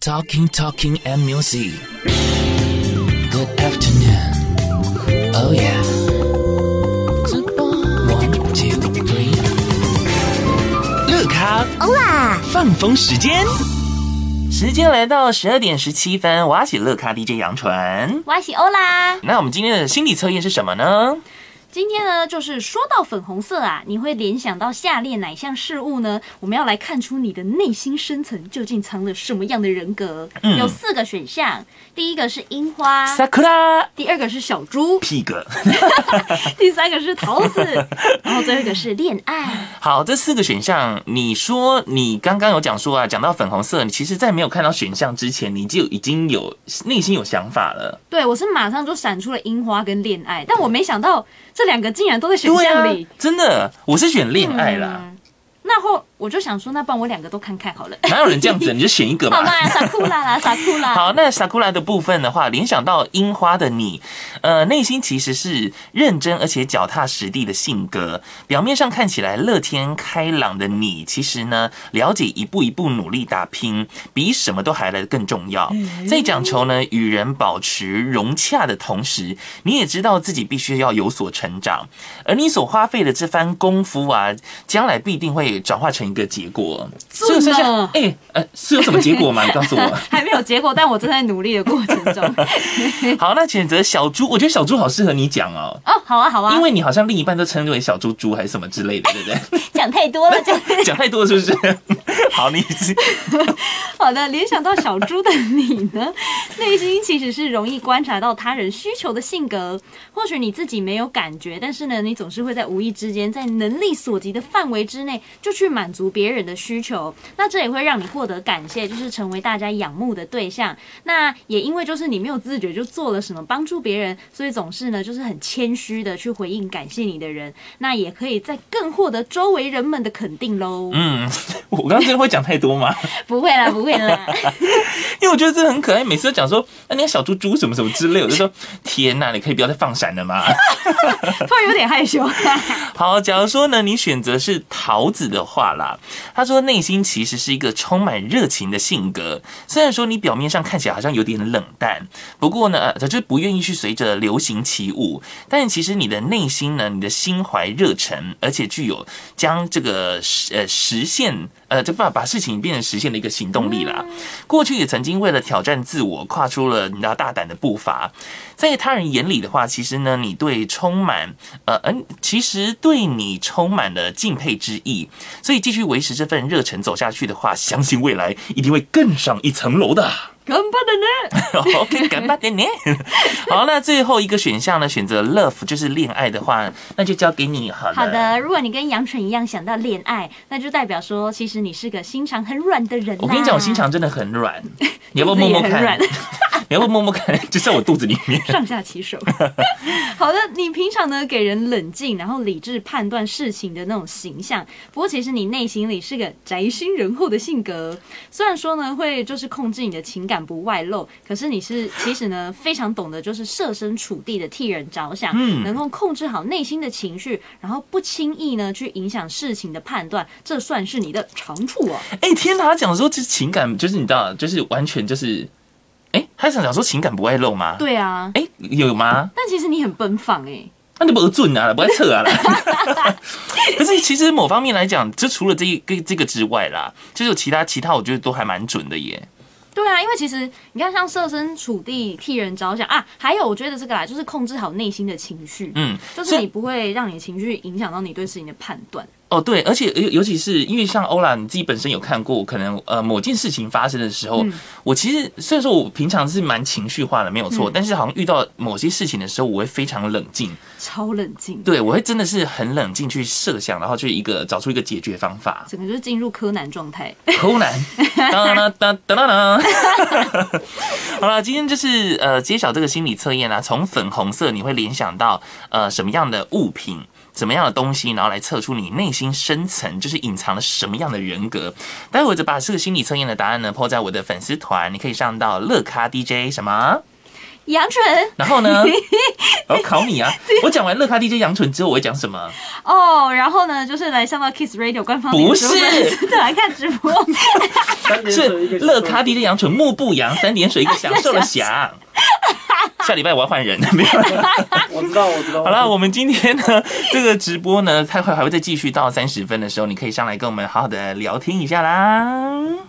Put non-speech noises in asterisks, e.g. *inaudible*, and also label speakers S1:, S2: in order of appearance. S1: Talking, talking and music. Good afternoon. Oh yeah. One, two, three. 乐咖
S2: 欧啦，
S1: 放风时间，时间来到十二点十七分，我是乐咖 DJ 杨纯。
S2: 我喜欧啦。
S1: 那我们今天的心理测验是什么呢？
S2: 今天呢，就是说到粉红色啊，你会联想到下列哪项事物呢？我们要来看出你的内心深层究竟藏了什么样的人格。
S1: 嗯
S2: 有四个选项，第一个是樱花，
S1: 萨克拉
S2: 第二个是小
S1: *laughs*
S2: 猪，
S1: 屁哥。
S2: 第三个是桃
S1: *laughs*
S2: 子，然后最后一个是恋爱。
S1: 好，这四个选项，你说你刚刚有讲说啊，讲到粉红色，你其实在没有看到选项之前，你就已经有内心有想法了。
S2: 对我是马上就闪出了樱花跟恋爱，但我没想到这两个竟然都在选
S1: 对啊
S2: 项里。，
S1: 真的，我是选啊恋爱啦，
S2: 嗯，那后我就想说，那帮我两个都看看好了。
S1: 哪有人这样子？你就选一个
S2: *laughs*
S1: *laughs*
S2: 好
S1: 嘛。
S2: 啦，傻酷啦啦，傻酷啦。
S1: 好，那 sakura 的部分的话，联想到樱花的你，呃，内心其实是认真而且脚踏实地的性格。表面上看起来乐天开朗的你，其实呢，了解一步一步努力打拼，比什么都还来得更重要。在讲求呢与人保持融洽的同时，你也知道自己必须要有所成长，而你所花费的这番功夫啊，将来必定会转化成一个结果。
S2: 真
S1: 所以
S2: 的
S1: 剩下哎、呃，是有什么结果吗？你告诉我。
S2: *laughs* 还没有结果，但我正在努力的过程中。
S1: 好，那选择小猪，我觉得小猪好适合你讲哦，
S2: 哦，好啊，好啊，
S1: 因为你好像另一半都称之为小猪猪还是什么之类的，对不
S2: 讲太多了，讲
S1: 对？讲太多了是不是？好，你是
S2: 好的。联想到小猪的你呢， *laughs* 内心其实是容易观察到他人需求的性格。或许你自己没有感觉，但是呢，你总是会在无意之间，在能力所及的范围之内，就去满足别人的需求。那这也会让你获得感谢，就是成为大家仰慕的对象。那也因为就是你没有自觉就做了什么帮助别人，所以总是呢就是很谦虚的去回应感谢你的人，那也可以再更获得周围人们的肯定喽。
S1: 嗯，我刚刚真的会讲太多吗？
S2: 不会啦，不会啦，
S1: 因为我觉得这很可爱，每次都讲说，哎那、你看小猪猪什么什么之类，我就说天呐、你可以不要再放闪了嘛。
S2: 突然有点害羞。
S1: 好，假如说呢，你选择是桃子的话啦，他说内心其实是一个充满热情的性格，虽然说你表面上看起来好像有点冷淡，不过呢，呃就是不愿意去随着流行起舞，但其实你的内心呢，你的心怀热忱，而且具有将这个实呃实现。呃，就把把事情变成实现的一个行动力啦。过去也曾经为了挑战自我，跨出了你知道大胆的步伐。在他人眼里的话，其实呢，你对充满呃，嗯，其实对你充满了敬佩之意，所以继续维持这份热忱走下去的话，相信未来一定会更上一层楼 *laughs* 的。
S2: 干巴的呢？
S1: OK，干巴 *laughs* 点点。好，那最后一个选项呢，选择 love 就是恋爱的话，那就交给你 *laughs* 好了。
S2: 好，的，如果你跟杨纯一样想到恋爱，那就代表说其实你是个心肠很软的人啦。
S1: 我跟你讲，我心肠真的很软，你要不要摸摸
S2: 肚子也很
S1: 看
S2: 软？
S1: *laughs* 你要不要摸摸看？就在我肚子里面。
S2: 上下其手。 *laughs* 好的，你平常呢给人冷静，然后理智判断事情的那种形象。不过其实你内心里是个宅心仁厚的性格，虽然说呢会就是控制你的情感不外露，可是你是其实呢非常懂得就是设身处地的替人着想，能够控制好内心的情绪，然后不轻易呢去影响事情的判断，这算是你的长处哦、
S1: *laughs* 哎、天哪，他讲说这情感就是你知道，就是完全就是，哎、他想讲说情感不外露吗？
S2: 对啊，
S1: 哎、有吗？
S2: 但其实你很奔放哎、
S1: 那你不准啊，不爱测啊啦。 *laughs* 可是其实某方面来讲，就除了这一个这个之外啦，就是有其他其他，我觉得都还蛮准的耶。
S2: 对啊，因为其实你看，像设身处地替人着想啊，还有我觉得这个啦，就是控制好内心的情绪，
S1: 嗯，
S2: 就是你不会让你情绪影响到你对事情的判断。
S1: 哦，对，而且尤尤其是因为像欧拉，你自己本身有看过，可能呃某件事情发生的时候，我其实虽然说我平常是蛮情绪化的，没有错，但是好像遇到某些事情的时候，我会非常冷静，
S2: 超冷静，
S1: 对我会真的是很冷静去设想，然后去一个找出一个解决方法。
S2: 整个就是进入柯南状态。 *laughs*
S1: 柯南，当当当当当当。 *laughs* 好了，今天就是呃揭晓这个心理测验啦、啊从粉红色你会联想到呃什么样的物品？什么样的东西，然后来测出你内心深层就是隐藏了什么样的人格。待会儿就把这个心理测验的答案呢，抛在我的粉丝团，你可以上到乐咖 DJ 什么
S2: 杨纯
S1: 然后呢，我要考你啊！我讲完乐咖 DJ 杨纯之后，我会讲什么？
S2: 哦，然后呢，就是来上到 Kiss Radio 官方
S1: 不
S2: 脸书
S1: 是
S2: 粉丝团来看直播，
S1: 是乐咖 DJ 杨纯木不扬三点水一个享受的享。下礼拜我要换人， *laughs* 没有啦。
S3: 我知道，我知道。
S1: 好了，我们今天呢，这个直播呢，待会还会再继续到三十分的时候，你可以上来跟我们好好的聊天一下啦。